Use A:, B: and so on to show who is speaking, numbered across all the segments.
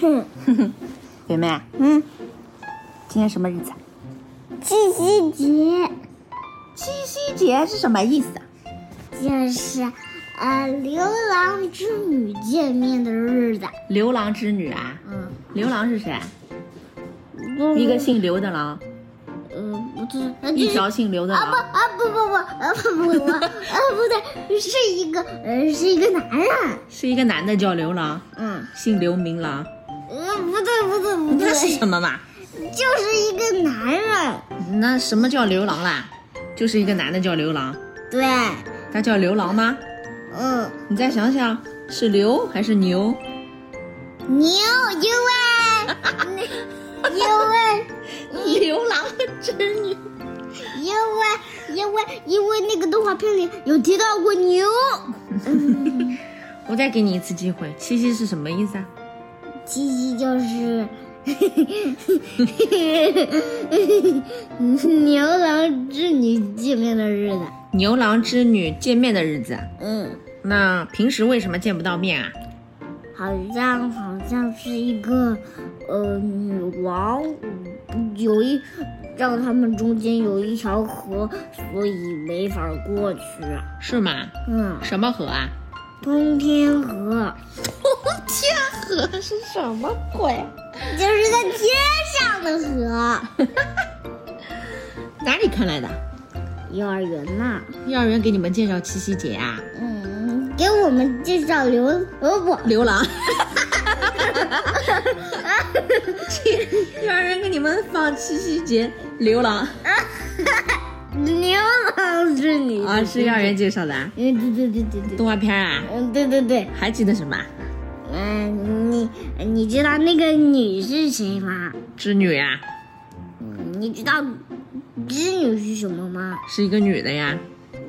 A: 嗯
B: 表妹，
A: 嗯，
B: 今天什么日子啊？
A: 七夕节
B: 七夕节是什么意思啊？
A: 就是呃牛郎织女见面的日子。
B: 牛郎织女啊？
A: 嗯，
B: 牛郎是谁？啊嗯一个姓刘的郎，
A: 嗯，不对，呃
B: 一
A: 就是
B: 条姓刘的
A: 啊不
B: 郎。
A: 啊不不不啊不不不啊不对，是一个呃是一个男人。
B: 是一个男的叫刘郎，
A: 嗯，
B: 姓刘名郎，
A: 呃不对不对不
B: 那是
A: 对，
B: 什么嘛？
A: 就是一个男人。
B: 那什么叫刘郎啦？就是一个男的叫刘郎，
A: 对，
B: 他叫刘郎吗？
A: 嗯，
B: 你再想想，是刘还是牛？
A: 牛，因为因为。
B: 牛郎和织女。
A: 因为因为因为那个动画片里有提到过 牛，
B: 我再给你一次机会，七夕是什么意思啊？
A: 七夕就是 牛郎织女见面的日子。
B: 牛郎织女见面的日子。啊
A: 嗯，
B: 那平时为什么见不到面啊？
A: 好像好像是一个呃女王，有一让他们中间有一条河，所以没法过去。
B: 是吗？
A: 嗯，
B: 什么河啊？
A: 通天河
B: 天河是什么鬼？
A: 就是在天上的河。
B: 哪里看来的？
A: 幼儿园呐、
B: 幼儿园给你们介绍七夕节啊？
A: 嗯，给我们介绍刘呃不，
B: 牛 郎。去幼儿园给你们放七夕节啊牛郎
A: 牛郎织女
B: 啊，是幼儿园介绍的啊？
A: 嗯，对对对对对，
B: 动画片啊？
A: 嗯，对对对，
B: 还记得什么？
A: 嗯，你你知道那个女是谁吗？
B: 织女啊，
A: 嗯，你知道织女是什么吗？
B: 是一个女的呀？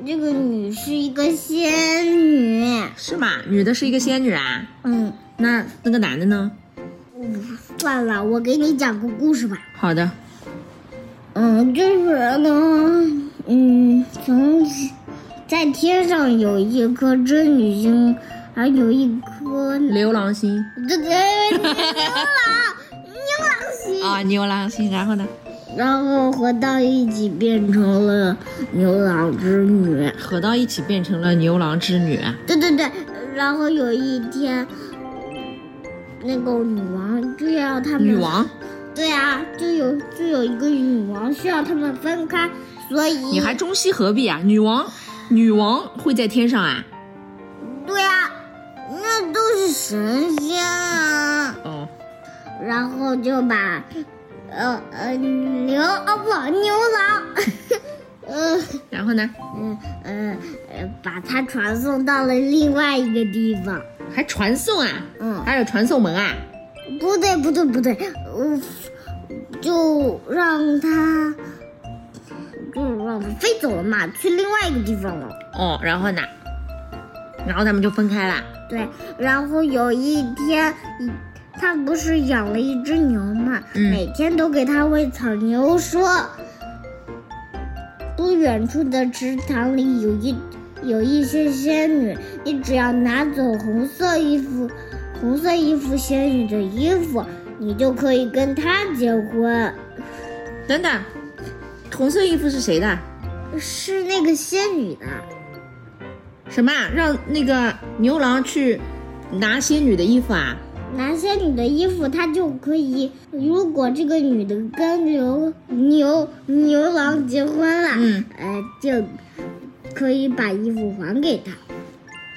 A: 这个女是一个仙女，
B: 是吗？女的是一个仙女啊？
A: 嗯，
B: 那那个男的呢？
A: 算了，我给你讲个故事吧。
B: 好的，
A: 嗯，就是呢，嗯，从在天上有一颗真女星，还有一颗
B: 牛郎星
A: 这个牛郎牛郎星，
B: 啊，牛郎星，然后呢？
A: 然后合到一起变成了牛郎织女。
B: 合到一起变成了牛郎织女。啊
A: 对对对，然后有一天，那个女王就要他们
B: 女王，
A: 对啊，就有就有一个女王需要他们分开，所以
B: 你还中西合璧啊？女王，女王会在天上啊？
A: 对啊，那都是神仙啊。
B: 哦，
A: 然后就把，呃呃牛哦不牛郎， 呃
B: 然后呢？
A: 嗯呃呃把它传送到了另外一个地方。
B: 还传送啊？
A: 嗯，
B: 还有传送门啊？
A: 不对不对不对，呃就让它就让它飞走了嘛，去另外一个地方了。
B: 哦，然后呢？然后他们就分开了。
A: 对，然后有一天，嗯他不是养了一只牛嘛，
B: 嗯
A: 每天都给它喂草。牛说，不远处的池塘里有一有一些仙女，你只要拿走红色衣服，红色衣服仙女的衣服，你就可以跟她结婚。
B: 等等，红色衣服是谁的？
A: 是那个仙女的，
B: 什么啊？让那个牛郎去拿仙女的衣服啊？
A: 拿仙女的衣服，她就可以。如果这个女的跟牛牛牛郎结婚了，
B: 嗯，
A: 呃，就可以把衣服还给他。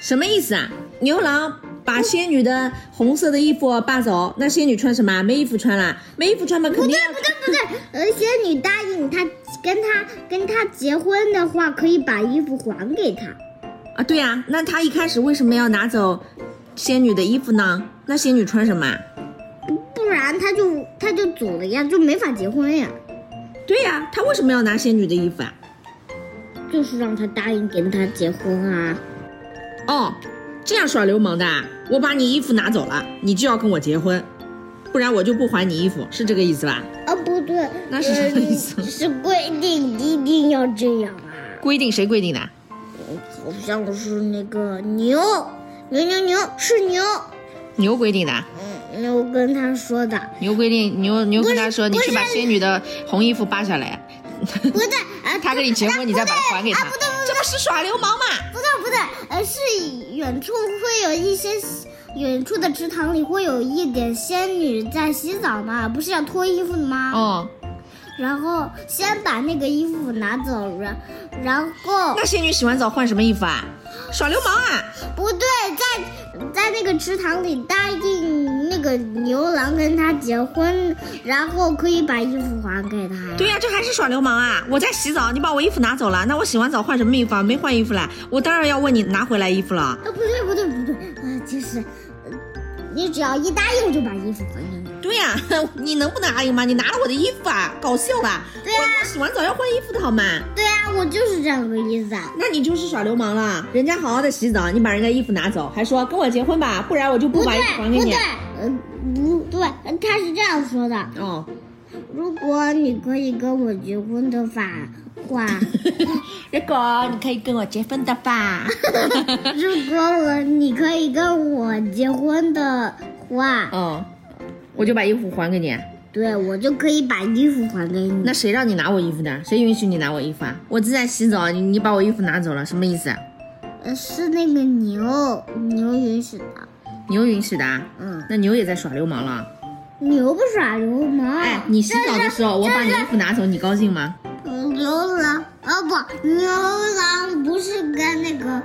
B: 什么意思啊？牛郎把仙女的红色的衣服霸走，那仙女穿什么啊？没衣服穿啦，没衣服穿嘛，肯定要
A: 不对，呃，仙女答应他跟他跟他结婚的话，可以把衣服还给他。
B: 啊，对呀、那他一开始为什么要拿走仙女的衣服呢？那仙女穿什么啊？
A: 不然他就他就走了呀，就没法结婚呀。
B: 对呀、他为什么要拿仙女的衣服啊？
A: 就是让他答应跟他结婚啊。
B: 哦，这样耍流氓的啊，我把你衣服拿走了，你就要跟我结婚，不然我就不还你衣服，是这个意思吧？
A: 啊，不对，
B: 那是什么意思
A: 呃是规定一定要这样啊。
B: 规定谁规定的？
A: 好像是那个牛，牛牛牛是牛，
B: 牛规定的啊。
A: 嗯牛跟他说 的，
B: 牛规定牛牛跟他说，你
A: 不
B: 去把仙女的红衣服扒下来，
A: 不对，啊，
B: 他跟你结婚，你再把它还给他
A: 啊不对不，
B: 这不是耍流氓吗？
A: 不对不对，而是远处会有一些远处的池塘里会有一点仙女在洗澡嘛，不是要脱衣服的吗？
B: 哦，
A: 然后先把那个衣服拿走了，然后
B: 那仙女洗完澡换什么衣服啊？耍流氓啊！
A: 不对，在在那个池塘里答应那个牛郎跟他结婚，然后可以把衣服还给他呀。
B: 对呀、这还是耍流氓啊！我在洗澡，你把我衣服拿走了，那我洗完澡换什么衣服啊？没换衣服啦，我当然要问你拿回来衣服了。
A: 啊，不对不对不对，啊，就是，呃你只要一答应就把衣服还给你。
B: 对呀、 你能不能答应吗？你拿了我的衣服啊，搞笑吧？
A: 对呀
B: 我我洗完澡要换衣服的好吗？
A: 对啊，我就是这样个意思啊。
B: 那你就是耍流氓了。人家好好的洗澡，你把人家衣服拿走，还说跟我结婚吧，不然我就不
A: 不
B: 把
A: 对
B: 衣服还给
A: 不
B: 你
A: 对。，呃，不对，呃他是这样说的：
B: 哦，
A: 如果你可以跟我结婚的法话，
B: 如果你可以跟我结婚的吧，
A: 如果我你可以跟我结婚的话，
B: 哦，我就把衣服还给你。
A: 对我就可以把衣服还给你。
B: 那谁让你拿我衣服的？谁允许你拿我衣服啊？我正在洗澡，你你把我衣服拿走了，什么意思啊？
A: 呃，是那个牛牛允许的，
B: 牛允许的啊？
A: 嗯，
B: 那牛也在耍流氓了。啊
A: 牛不耍流氓。
B: 哎，你洗澡的时候，我把你衣服拿走，你高兴吗？
A: 嗯牛郎啊不，牛郎不是跟那个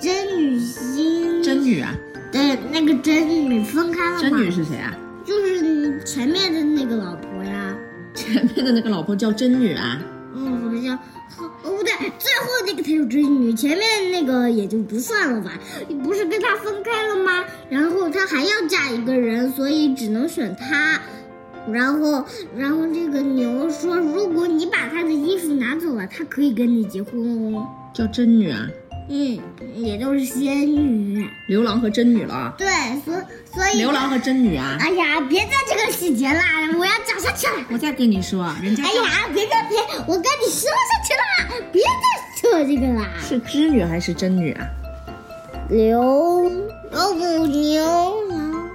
A: 真女星
B: 真女啊，
A: 对那个真女分开了吗？
B: 真女是谁啊？
A: 就是你前面的那个老婆呀，
B: 前面的那个老婆叫真女啊。
A: 嗯，好像哦不对，最后那个才有真女，前面那个也就不算了吧？你不是跟他分开了吗？然后他还要嫁一个人，所以只能选他。然后，然后这个牛说，如果你把他的衣服拿走了，他可以跟你结婚哦。
B: 叫真女啊，
A: 嗯，也就是仙女。
B: 牛郎和真女了啊，
A: 对，所所以
B: 牛郎和真女啊。
A: 哎呀，别在这个细节啦，我要讲下去了。
B: 我再跟你说，啊人家
A: 哎呀，别别别，我跟你说下去啦，别再说这个啦。
B: 是织女还是真女啊？
A: 牛，哦不，牛郎，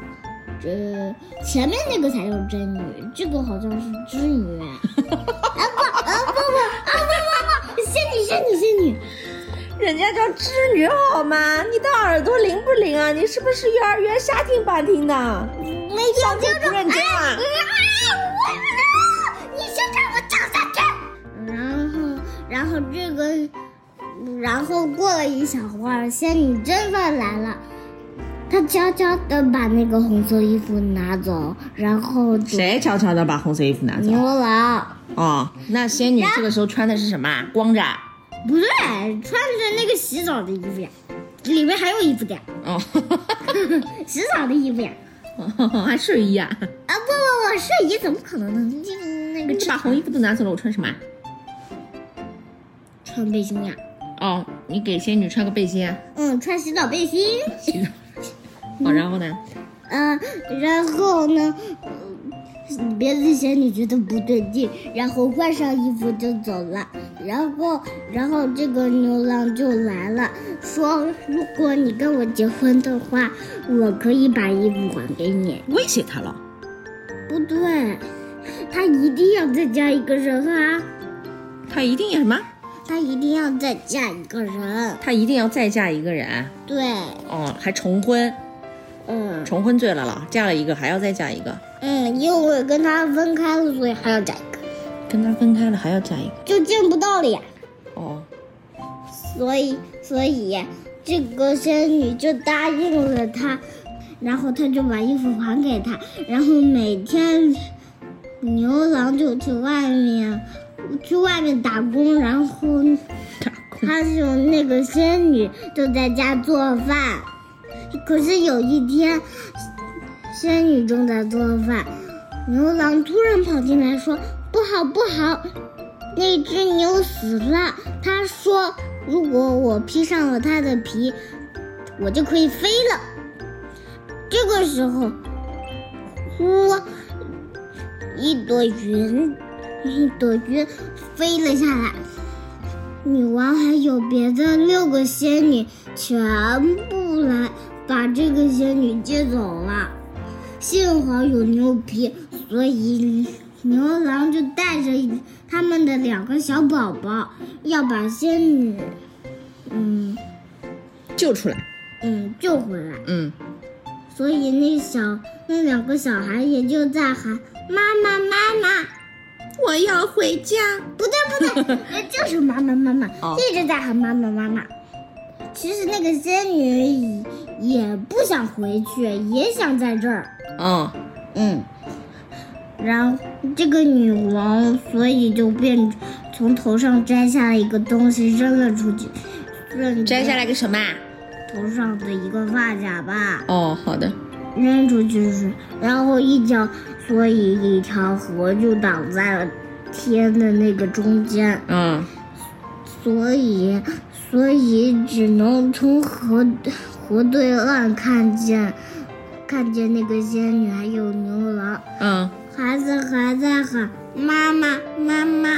A: 这前面那个才叫真女，这个好像是织女。啊不啊不不啊不不不，仙女仙女仙女，
B: 人家叫织女好吗？你的耳朵灵不灵啊？你是不是幼儿园瞎听白听的？
A: 没听清哎
B: 不
A: 楚。
B: 认真啊！
A: 哎啊你先让我讲下去。然后，然后这个，然后过了一小会儿，仙女真的来了。她悄悄地把那个红色衣服拿走，然后走
B: 谁悄悄的把红色衣服拿走？
A: 牛郎
B: 哦，那仙女这个时候穿的是什么啊？光着啊？
A: 不对，穿着那个洗澡的衣服呀，里面还有衣服的呀，
B: 哦，
A: 洗澡的衣服呀。
B: 还睡衣啊？
A: 啊不不不，睡衣怎么可能能进那个
B: 你把红衣服都拿走了，我穿什么啊？
A: 穿背心呀？
B: 哦，你给仙女穿个背心啊？
A: 嗯，穿洗澡背心。
B: 哦，然后呢？
A: 嗯，然后呢，嗯别的仙女觉得不对劲，然后换上衣服就走了。然后，然后这个牛郎就来了，说如果你跟我结婚的话，我可以把衣服还给你。
B: 威胁她了？
A: 不对，他一定要再加一个人啊！
B: 她一定要什么？
A: 他一定要再嫁一个人。
B: 她一定要再嫁一个人？啊
A: 对，
B: 哦，还重婚？
A: 嗯
B: 重婚罪了了，嫁了一个还要再嫁一个，
A: 嗯，因为跟他分开了，所以还要嫁一个，
B: 跟他分开了还要嫁一个。
A: 就见不啊到了呀。
B: 哦，
A: 所以，所以这个仙女就答应了他，然后他就把衣服还给他，然后每天牛郎就去外面，去外面打工，然后
B: 打工
A: 他就那个仙女就在家做饭。可是有一天，仙女正在做饭，牛郎突然跑进来说：“不好，不好，那只牛死了。”他说：“如果我披上了它的皮，我就可以飞了。”这个时候，呼，一朵云，一朵云飞了下来。女王还有别的六个仙女全部来把这个仙女接走了。幸好有牛皮，所以牛郎就带着他们的两个小宝宝，要把仙女，嗯
B: 救出来。
A: 嗯救回来。
B: 嗯，
A: 所以那小那两个小孩也就在喊妈妈妈妈，
B: 我要回家。
A: 不对不对，呃 就是妈妈妈妈，
B: 哦
A: 一直在喊妈妈妈妈。其实那个仙女也也不想回去，也想在这儿。
B: 哦，
A: 嗯，然后这个女王，所以就变从头上摘下了一个东西扔了出去，扔
B: 摘下来个什么？啊？
A: 头上的一个发夹吧，
B: 哦，好的。
A: 扔出去是，然后一脚，所以一条河就挡在了天的那个中间，
B: 嗯，
A: 所以所以只能从河河对岸看见看见那个仙女还有牛郎。
B: 嗯，
A: 孩子还在喊妈妈妈妈，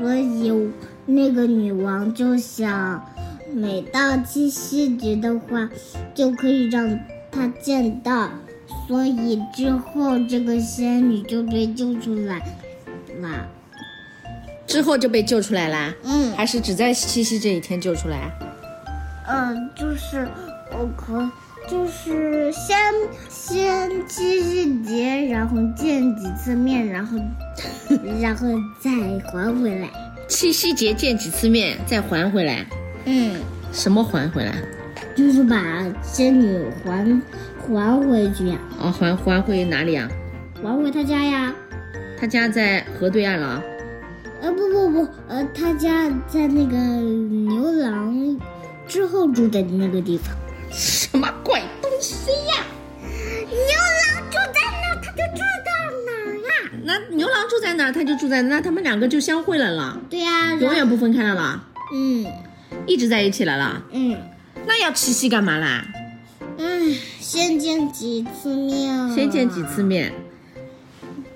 A: 所以那个女王就想，每到七夕节的话，就可以让他见到，所以之后这个仙女就被救出来了。
B: 之后就被救出来啦。
A: 嗯
B: 还是只在七夕这一天救出来？啊
A: 嗯，就是我可就是先先七夕节，然后见几次面，然后然后再还回来。
B: 七夕节见几次面，再还回来？
A: 嗯。
B: 什么还回来？
A: 就是把仙女还还回去呀，
B: 哦，还还回哪里啊？
A: 还回他家呀。
B: 他家在河对岸了啊。
A: 呃，不不不，呃，他家在那个牛郎之后住的那个地方。
B: 什么鬼东西呀、
A: 牛郎住在那，他就住到哪儿呀？
B: 那牛郎住在哪儿，他就住在那，他们两个就相会了啦，
A: 对呀、
B: 永
A: 然
B: 远不分开了啦，
A: 嗯
B: 一直在一起了啦。
A: 嗯
B: 那要七夕干嘛啦？
A: 嗯，先见几次面，啊
B: 先见几次，面，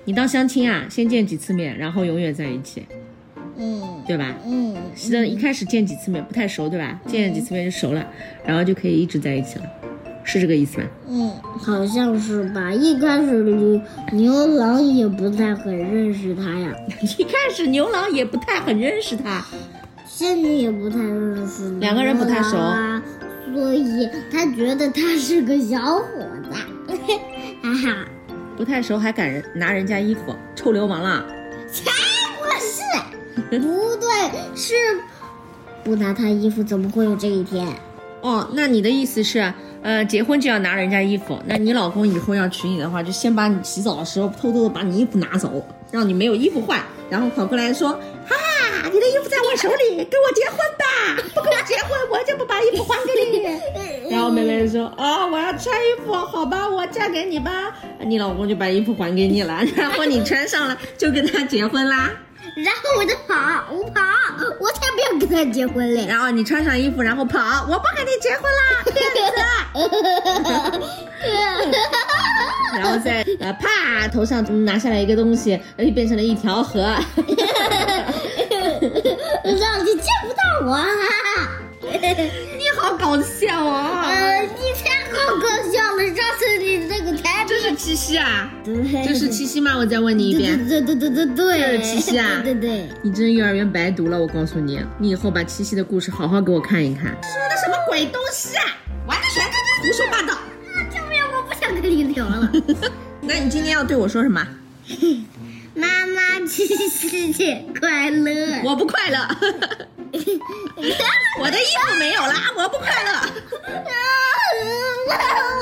B: 你当相亲啊，先见几次面，然后永远在一起，
A: 嗯
B: 对吧？
A: 嗯
B: 是的，一开始见几次面不太熟，对吧？见几次面就熟了，然后就可以一直在一起了，是这个意思吗？
A: 嗯，好像是吧。一开始牛牛郎也不太很认识他呀。
B: 一开始牛郎也不太很认识他，
A: 仙女也不太认识，
B: 两个人不太熟
A: 啊，所以他觉得他是个小伙子，哈哈，
B: 不太熟还敢人拿人家衣服，臭流氓啦！
A: 不是，不对，是不拿他衣服怎么会有这一天？
B: 哦，那你的意思是，呃，结婚就要拿人家衣服？那你老公以后要娶你的话，就先把你洗澡的时候偷偷的把你衣服拿走，让你没有衣服换，然后跑过来说：“哈、哈，你的衣服在我手里，跟我结婚吧！不跟我结婚，我就不把衣服还给你。” 然后妹妹就说：“啊、我要穿衣服，好吧，我嫁给你吧。”你老公就把衣服还给你了，然后你穿上了，就跟他结婚啦。
A: 然后我就跑，我跑，我才不要跟他结婚嘞！
B: 然后你穿上衣服，然后跑，我不跟你结婚 啦，骗子！然后再呃，啪，头上拿下来一个东西，呃就变成了一条河。
A: 让你见不到我，哈哈。
B: 你好搞笑啊！
A: 呃，你太好搞笑了，上次你那个台
B: 这是七夕啊？
A: 对，
B: 这是七夕吗？我再问你一遍。
A: 对对对对对对，
B: 这是七夕啊
A: 对对对。
B: 你真幼儿园白读了，我告诉你，你以后把七夕的故事好好给我看一看。说的什么鬼东西啊？完全就是胡说八道。
A: 救命！我不想跟你聊了。
B: 那你今天要对我说什么？
A: 妈妈，七夕节快乐！
B: 我不快 乐，我的衣服没有啦，我不快乐。
A: 啊